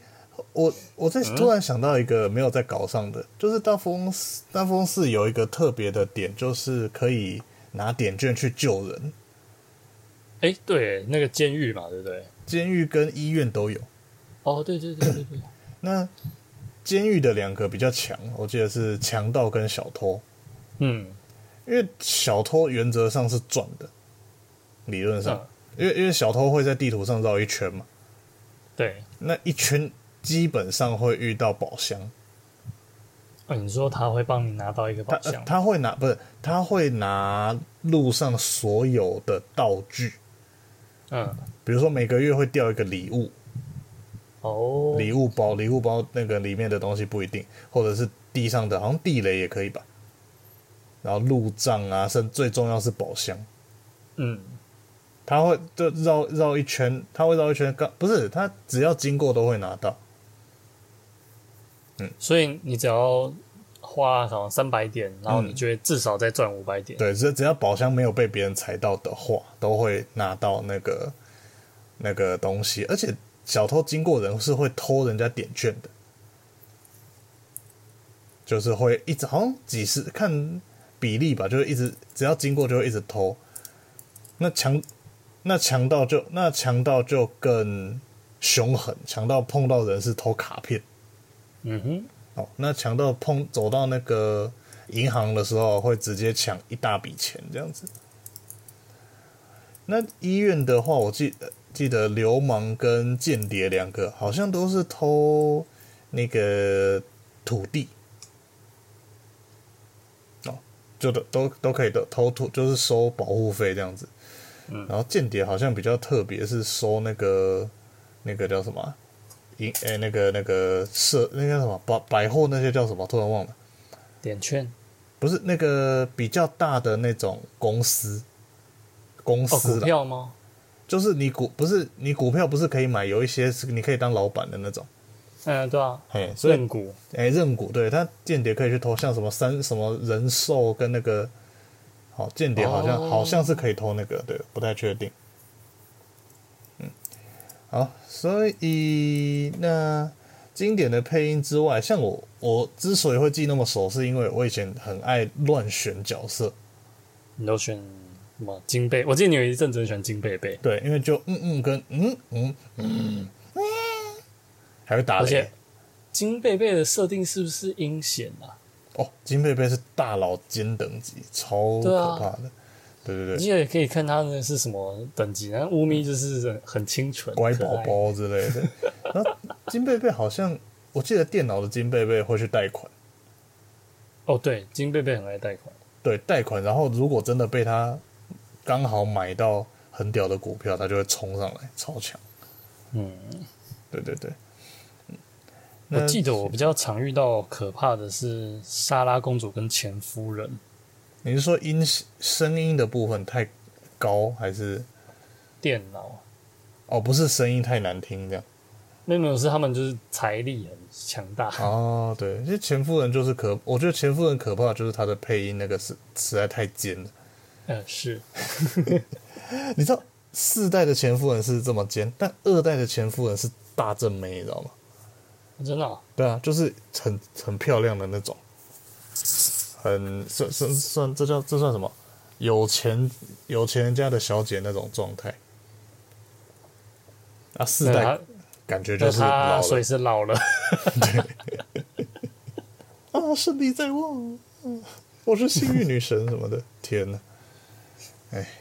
B: 我我在突然想到一个没有在搞上的，就是大风寺大风寺有一个特别的点，就是可以拿点券去救人，
A: 哎、对，那个监狱嘛，对不对？
B: 监狱跟医院都有。
A: 哦，对对对对对，
B: 那监狱的两个比较强，我记得是强盗跟小偷，
A: 嗯，
B: 因为小偷原则上是赚的，理论上
A: 嗯，
B: 因为因为小偷会在地图上绕一圈嘛，
A: 对。
B: 那一圈基本上会遇到宝箱，
A: 哦，你说他会帮你拿到一个
B: 他、
A: 宝
B: 呃
A: 箱？
B: 他会拿不是他会拿路上所有的道具，
A: 嗯，
B: 比如说每个月会掉一个礼物，
A: 哦，
B: 礼物包，礼物包那个里面的东西不一定，或者是地上的，好像地雷也可以吧。然后路障啊，甚最重要是宝箱，
A: 嗯，
B: 它会就绕绕一圈，它会绕一圈，刚不是它只要经过都会拿到，
A: 所以你只要花好像三百点，然后你就会至少再赚五百点。
B: 对，只只要宝箱没有被别人踩到的话，都会拿到那个那个东西，而且小偷经过人是会偷人家点券的，就是会一直好像几十看比例吧，就是一直只要经过就会一直偷。那强那强盗就那强盗就更凶狠，强盗碰到人是偷卡片。
A: 嗯哼，
B: 哦，那强盗碰走到那个银行的时候，会直接抢一大笔钱这样子。那医院的话，我记得记得流氓跟间谍两个好像都是偷那个土地，哦，就都都都可以的偷土，就是收保护费这样子。然后间谍好像比较特别，是收那个那个叫什么啊银诶、那个那个社那个叫什么百百货那些叫什么？突然忘了，
A: 点券
B: 不是那个比较大的那种公司公
A: 哦，
B: 司
A: 股
B: 啦、
A: 票吗？
B: 就是你股不是你股票不是可以买，有一些是你可以当老板的那种，
A: 嗯，对啊，
B: 嘿，所以
A: 认股
B: 诶、认股哎对他间谍可以去偷，像什么三什么人寿跟那个，好间谍好像、
A: 哦
B: 好像是可以偷那个，对，不太确定。嗯，好，所以那经典的配音之外，像我我之所以会记那么熟，是因为我以前很爱乱选角色，
A: 你都选什么金贝？我记得你有一阵子很喜欢金贝贝，
B: 对，因为就嗯嗯跟嗯嗯嗯，还会打
A: 而
B: 雷
A: 且金贝贝的设定是不是阴险啊？
B: 哦，金贝贝是大佬尖等级，超
A: 对
B: 可
A: 啊
B: 怕的，对对对
A: 我。记得也可以看他那是什么等级，然后乌咪就是很很清纯、
B: 乖
A: 可
B: 宝
A: 爱。
B: 宝之 类的。然后金贝贝好像，我记得电脑的金贝贝会去贷款，
A: 哦，对，金贝贝很爱贷款，
B: 对贷款。然后如果真的被他刚好买到很屌的股票，他就会冲上来，超强。
A: 嗯，
B: 对对对。嗯
A: 我记得我比较常遇到可怕的是莎拉公主跟前夫人，
B: 你是说音声音的部分太高，还是
A: 电脑
B: 哦不是声音太难听这样？
A: 没有没有是他们就是财力很强大，
B: 哦，对，其实前夫人就是可，我觉得前夫人可怕的就是她的配音那个是实在太尖了。
A: 嗯是，
B: 你知道四代的前夫人是这么尖，但二代的前夫人是大正妹，你知道吗？
A: 真的哦、
B: 对啊，就是很很漂亮的那种，很算算算这叫这算什么？有钱有钱人家的小姐那种状态。啊，四
A: 那
B: 代
A: 他
B: 感觉就
A: 那
B: 是老
A: 他
B: 了
A: 啊所以是老了，
B: 啊，胜利在望，嗯我是幸运女神什么的，天哪！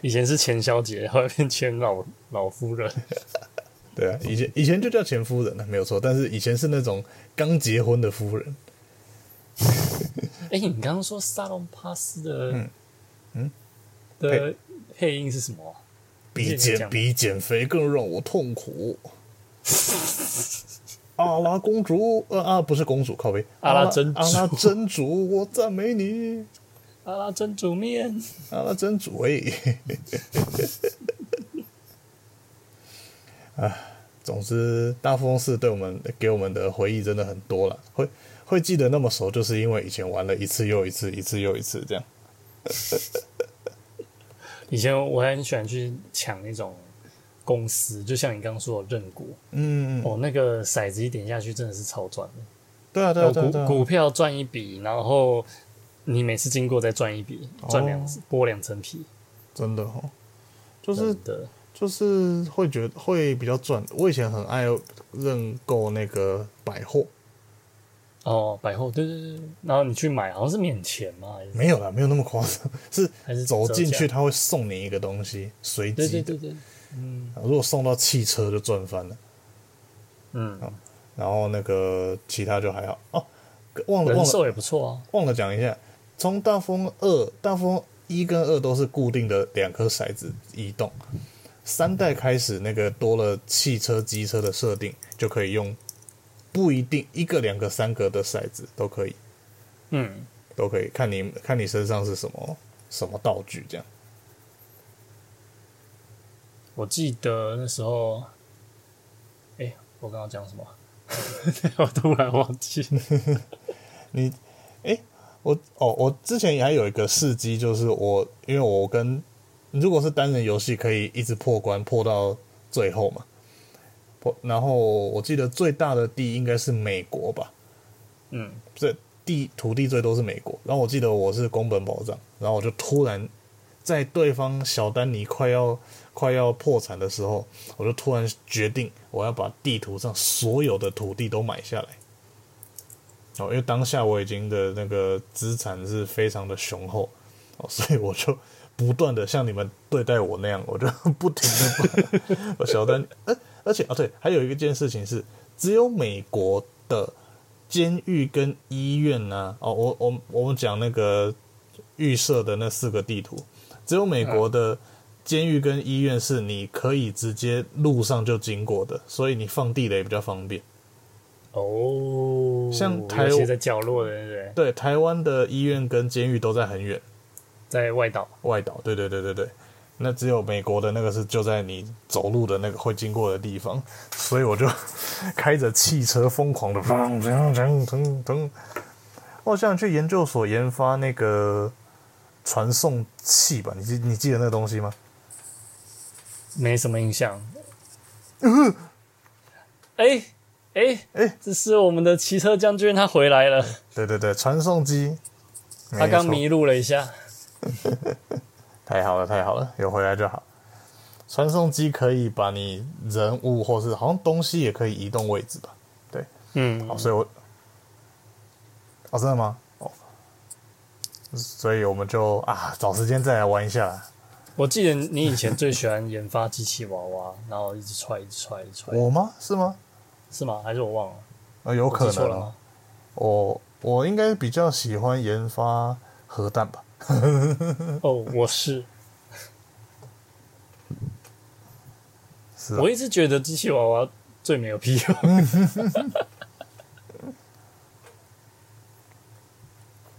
A: 以前是钱小姐，后来变钱老老夫 人，
B: 对啊，以前以前就叫前夫人了，没有错。但是以前是那种刚结婚的夫人，
A: 哎、你刚刚说沙龙帕斯的，嗯，的配音是什么啊、
B: 比
A: 你
B: 减
A: 讲
B: 比减肥更让我痛苦。阿拉公主，呃啊，不是公主，靠背，
A: 阿拉真主
B: 阿拉真主，我赞美你，
A: 阿拉真煮面，
B: 阿拉真主哎、啊，总之，大富翁四对我们给我们的回忆真的很多了，会会记得那么熟，就是因为以前玩了一次又一次，一次又一次这样。
A: 以前我还很喜欢去抢那种公司，就像你刚刚说的认股，
B: 嗯，
A: 哦，那个骰子一点下去真的是超赚的，
B: 对啊，对啊，对啊，
A: 股
B: 对啊
A: 股票赚一笔，然后你每次经过再赚一笔，赚两
B: 哦
A: 剥两层皮，
B: 真的哦，就是
A: 真的，
B: 就是会觉得会比较赚。我以前很爱认购那个百货，
A: 哦，百货对对对，然后你去买好像是免钱嘛，还是
B: 没有啦，没有那么夸张，是
A: 还是
B: 走进
A: 折
B: 去
A: 价，
B: 他会送你一个东西，随
A: 对
B: 机
A: 对
B: 的
A: 对。对，
B: 如果送到汽车就赚翻了，
A: 嗯，
B: 哦然后那个其他就还好哦。忘了
A: 人
B: 忘了
A: 寿也不错啊，
B: 忘了讲一下，从大富翁二、大富翁一跟二都是固定的两颗骰子移动，三代开始那个多了汽车、机车的设定，就可以用不一定一个、两个、三个的骰子都可以，
A: 嗯，
B: 都可以看你看你身上是什么什么道具这样。
A: 我记得那时候，哎、我刚刚讲什么？啊 我突然忘记了。
B: 你，哎、我哦，我之前还有一个事迹，就是我因为我跟如果是单人游戏，可以一直破关破到最后嘛。破，然后我记得最大的地应该是美国吧，
A: 嗯，
B: 这地土地最多是美国。然后我记得我是宫本保障，然后我就突然在对方小丹尼快要快要破产的时候，我就突然决定我要把地图上所有的土地都买下来。哦，因为当下我已经的那个资产是非常的雄厚，哦，所以我就不断的像你们对待我那样，我就不停的把 我小丹，而而且啊，对，还有一件事情是，只有美国的监狱跟医院呢、哦，我我我们讲那个预设的那四个地图，只有美国的监狱跟医院是你可以直接路上就经过的，所以你放地雷比较方便。
A: 哦，
B: 像台
A: 有些在角落的，对不对？
B: 对，台湾的医院跟监狱都在很远
A: 在外岛，
B: 外岛，对对对对对。那只有美国的那个是就在你走路的那个会经过的地方，所以我就 开着汽车疯狂的 砰砰砰砰砰。我想去研究所研发那个传送器吧，你记你记得那个东西吗？
A: 没什么印 象。哎哎
B: 哎
A: 哎，这是我们的骑车将军，他回来了，
B: 对对对，传送机。
A: 他刚
B: 没错
A: 迷路了一下。
B: 太好了，太好了，有回来就好。传送机可以把你人物或是好像东西也可以移动位置吧？
A: 嗯，
B: 好，所以我，哦，真的吗？哦，所以我们就啊，找时间再来玩一下啦。
A: 我记得你以前最喜欢研发机器娃娃，然后一直踹，一直踹，一直踹，
B: 我吗？是吗？
A: 是吗？还是我忘了？
B: 呃，有
A: 我
B: 可
A: 记错
B: 能
A: 了
B: 哦。
A: 吗？
B: 我我应该比较喜欢研发核弹吧。
A: 哦，我是。
B: 是啊啊
A: 我一直觉得机器娃娃最没有屁用。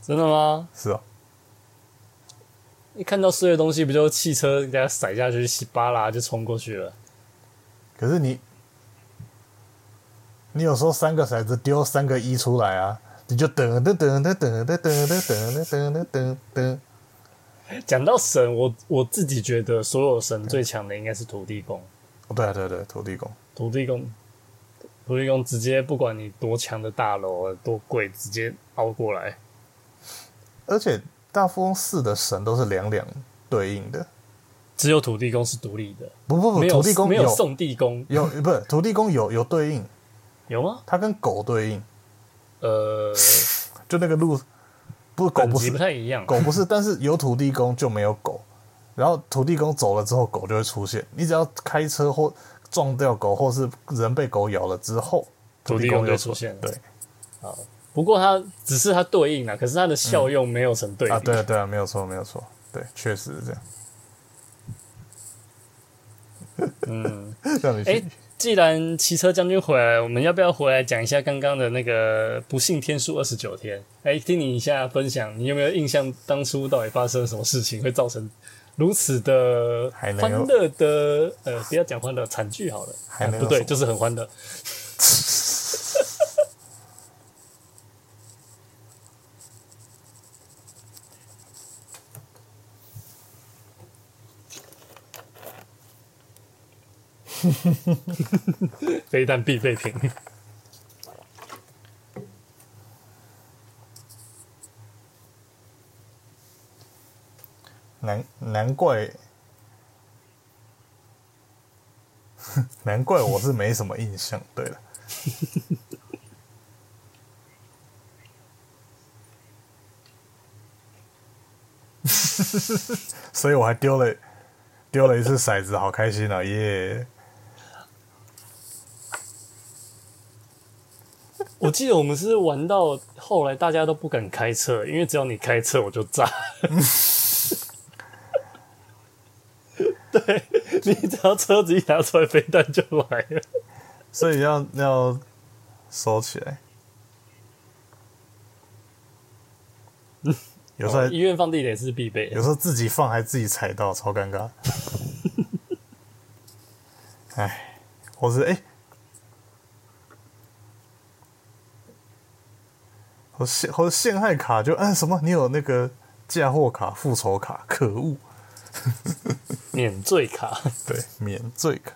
A: 真的吗？
B: 是哦，
A: 一看到碎的东西，不就汽车给它甩下去，稀巴啦就冲过去了？
B: 可是你，你有时候三个骰子丢三个一出来啊，你就噔噔噔噔噔噔噔噔噔噔噔噔
A: 讲到神，我我自己觉得所有神最强的应该是土地公。
B: 哦，对啊对啊对啊，土地公，
A: 土地公，土地公直接不管你多强的大楼多贵，直接凹过来。
B: 而且大富翁四的神都是两两对应的，
A: 只有土地公是独立的，
B: 不不不，
A: 没有
B: 哦土地公
A: 没有
B: 有
A: 送地公
B: 有不是土地公有有对应，
A: 有吗？
B: 它跟狗对应，
A: 呃，
B: 就那个路不是狗
A: 等
B: 不
A: 级
B: 是
A: 不太一样。
B: 狗不是，但是有土地公就没有狗，然后土地公走了之后，狗就会出现。你只要开车或撞掉狗，或是人被狗咬了之后，
A: 土地
B: 地
A: 公就
B: 就
A: 出现了
B: 对
A: 不过它只是它对应啊，可是它的效用没有成对比。
B: 啊，对啊，对啊，没有错，没有错，对，确实是这样。嗯， 让你去、
A: 哎、既然骑车将军回来，我们要不要回来讲一下刚刚的那个不幸天数二十九天？哎、听你一下分享，你有没有印象当初到底发生了什么事情，会造成如此的
B: 还能
A: 欢
B: 有
A: 乐的？呃，不要讲欢乐，惨剧好了。
B: 还
A: 啊
B: 能有
A: 不对，
B: 什么
A: 就是很 欢乐。非但必备品。
B: 难难怪， 难怪我是没什么印象。对了， 所以我还丢了丢了一次骰子，好开心啊！耶、
A: 我记得我们是玩到后来，大家都不敢开车，因为只要你开车，我就炸。 对你只要车子一拿出来，飞弹就来了。
B: 所以要要收起来。有时候还
A: 哦医院放地雷是必备的
B: 有。时候自己放还自己踩到，超尴尬。 哎，或是哎、或是陷或是陷害卡就哎按、什么？你有那个嫁祸卡、复仇卡，可恶！
A: 免罪卡，
B: 对，免罪卡。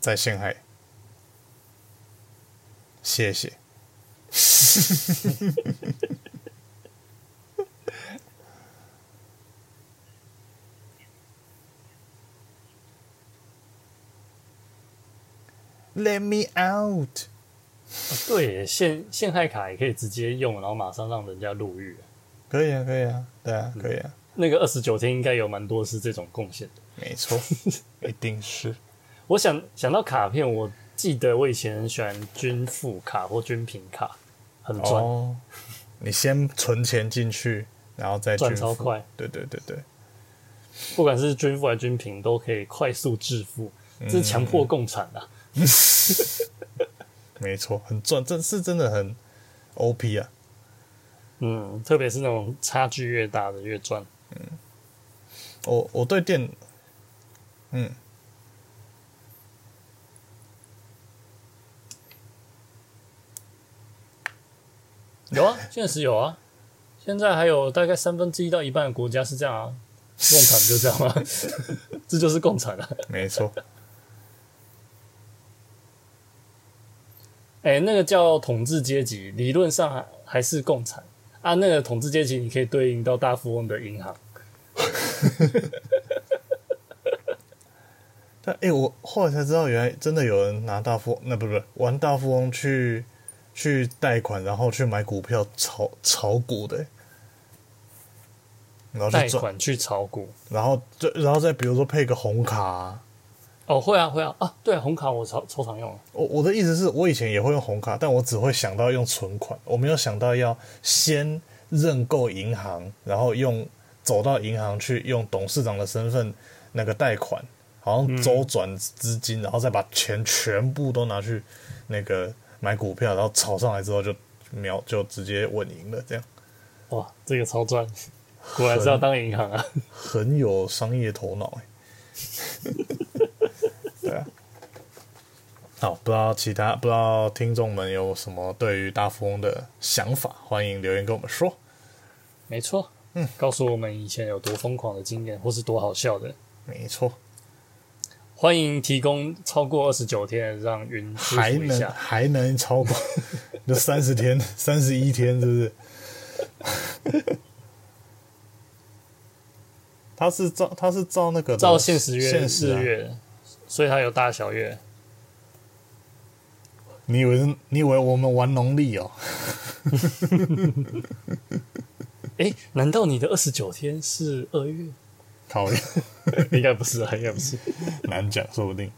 B: 再陷害，谢谢。Let me out。
A: 对耶陷陷害卡也可以直接用，然后马上让人家入狱。
B: 可以啊，可以啊，对啊，可以啊，
A: 那个二十九天应该有蛮多是这种贡献的。
B: 没错，一定是。
A: 我想想到卡片，我记得我以前很喜欢军富卡或军品卡，很赚，
B: 哦，你先存钱进去，然后再
A: 赚
B: 均
A: 超
B: 富
A: 快。
B: 对对对对，
A: 不管是军富还是军品，都可以快速致富，这是强迫共产啊！
B: 没错，很赚，这是真的很 OP 啊。
A: 嗯，特别是那种差距越大的越赚。
B: 我我对电，嗯，
A: 有啊，现实有啊，现在还有大概三分之一到一半的国家是这样啊，共产不就这样 吗？这就是共产啊！
B: 没错，
A: 哎、那个叫统治阶级，理论上还还是共产啊。那个统治阶级，你可以对应到大富翁的银行。
B: 但哎、诶我后来才知道，原来真的有人拿大富翁，那不是不是玩大富翁去去贷款，然后去买股票炒炒股的、然后
A: 贷
B: 去赚，
A: 款去炒股。
B: 然后就然后再比如说配个红卡啊、
A: 哦，会啊，会啊，啊，对啊，红卡我超超常用啊。
B: 我我的意思是我以前也会用红卡，但我只会想到用存款，我没有想到要先认购银行，然后用走到银行去用董事长的身份那个贷款，好像周转资金，然后再把钱全部都拿去那个买股票，然后炒上来之后就秒就直接稳赢了，这样
A: 哇，这个超赚，果然是要当银行啊！
B: 很有商业头 脑、欸。对啊，好，不知道其他不知道听众们有什么对于大富翁的想法，欢迎留言跟我们说。
A: 没错，嗯，告诉我们以前有多疯狂的经验，或是多好笑的。
B: 没错，
A: 欢迎提供超过二十九天，让云舒
B: 还
A: 服一
B: 能
A: 下。
B: 还能 超过就三十天、三十一天，是不是？ 他是照他是照那个的
A: 照现实月、
B: 现实啊
A: 日月，所以它有大小月。
B: 你以为是你以为我们玩农历哦？
A: 诶，难道你的二十九天是二月？
B: 讨厌，
A: 应该不是啊，应该不是。
B: 难讲，说不定。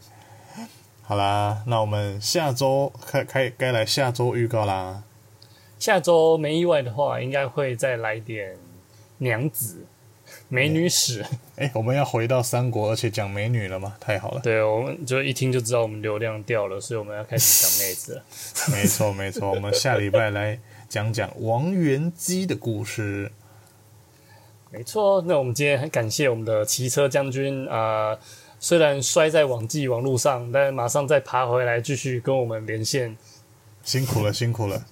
B: 好啦，那我们下周开开该来下周预告啦。
A: 下周没意外的话，应该会再来点娘子、美女史。
B: 哎、我们要回到三国，而且讲美女了吗？太好了，
A: 对，我们就一听就知道我们流量掉了，所以我们要开始讲妹子了。
B: 没错 没错，我们下礼拜来讲讲王元基的故事。
A: 没错，那我们今天很感谢我们的骑车将军啊、呃虽然摔在网际网路上，但马上再爬回来继续跟我们连线。
B: 辛苦了，辛苦了。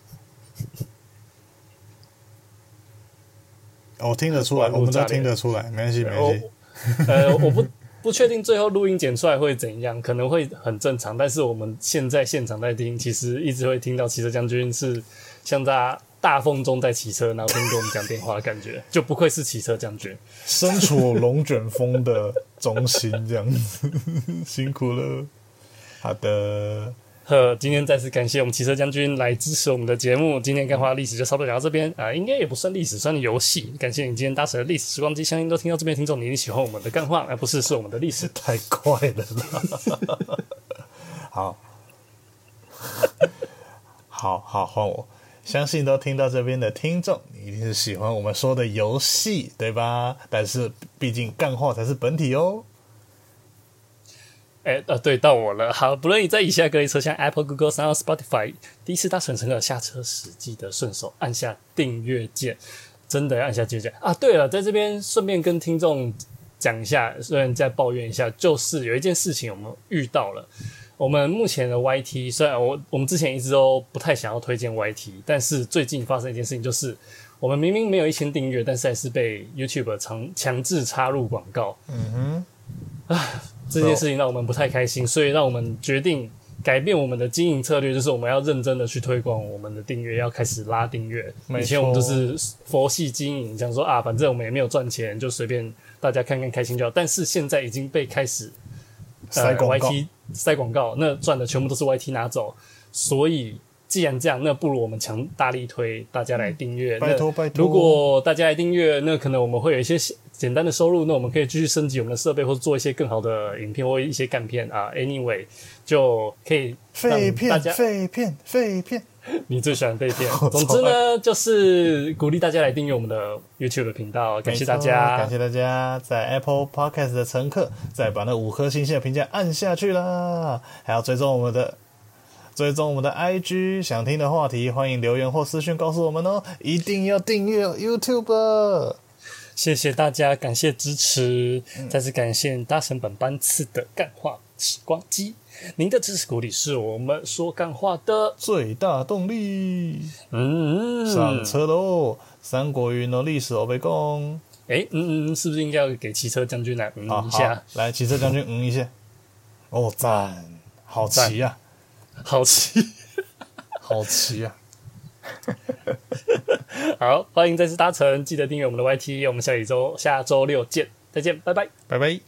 B: 哦我听得出来，
A: 网
B: 我
A: 络
B: 们都
A: 炸裂
B: 听得出来，没关系，没
A: 我
B: 关系。
A: 呃，我不不确定最后录音剪出来会怎样，可能会很正常，但是我们现在现场在听，其实一直会听到骑车将军是像在大风中在骑车，然后边跟我们讲电话的感觉，就不愧是骑车将军。
B: 身处龙卷风的中心，这样子， 辛苦了。好的，
A: 呃，今天再次感谢我们骑车将军来支持我们的节目。今天干话历史就差不多讲到这边啊、应该也不算历史，算游戏。感谢你今天搭乘的历史时光机，相信都听到这边的听众，你一定喜欢我们的干话，而、不是是我们的历史。
B: 太快了啦！ 好， 好好换我。相信都听到这边的听众，你一定是喜欢我们说的游戏，对吧？但是毕竟干话才是本体哦。
A: 哎、呃，对，到我了。好，不论你在以下各类车厢 Apple、Google、s o u n Spotify，第一次搭乘乘客下车时，记得顺手按下订阅键，真的要按下订阅键啊！对了，在这边顺便跟听众讲一下，虽然再抱怨一下，就是有一件事情我们遇到了。我们目前的 YT，虽然我我们之前一直都不太想要推荐 YT，但是最近发生一件事情，就是我们明明没有一千订阅，但是还是被 YouTube 强强制插入广告。这件事情让我们不太开心，所以让我们决定改变我们的经营策略，就是我们要认真的去推广我们的订阅，要开始拉订阅。
B: 没错
A: 以前我们就是佛系经营，想说啊，反正我们也没有赚钱，就随便大家看看开心就好。但是现在已经被开始
B: 塞
A: 呃
B: 广告
A: YT 塞广告，那赚的全部都是 YT 拿走，所以。既然这样，那不如我们强大力推大家来订阅。
B: 嗯拜托
A: 那
B: 拜托
A: 如果大家来订阅，那可能我们会有一些简单的收入，那我们可以继续升级我们的设备，或者做一些更好的影片或一些干片啊。Anyway，就可以
B: 废
A: 让大
B: 片，
A: 家
B: 废片，废片。
A: 你最喜欢被 骗。总之呢，就是鼓励大家来订阅我们的 YouTube 频道，感谢大
B: 没错
A: 家，
B: 感谢大家在 Apple Podcast 的乘客，再把那五颗星星的评价按下去啦，还要追踪我们的。追踪我们的 IG，想听的话题欢迎留言或私讯告诉我们哦！一定要订阅 YouTube。
A: 谢谢大家，感谢支持，
B: 嗯
A: 再次感谢大神本班次的干话时光机，您的支持鼓励是我们说干话的。
B: 最大动力，
A: 嗯，
B: 上车喽！三国云的历史我被供
A: 哎，嗯嗯嗯，是不是应该要给骑车将军来嗯
B: 啊，
A: 一
B: 好
A: 下？，
B: 来骑车将军嗯一下，哦赞，好骑呀、
A: 好奇。
B: 好骑啊呀、
A: 好，欢迎再次搭乘，记得订阅我们的 YT，我们下一周下周六见，再见，拜拜。
B: 拜拜。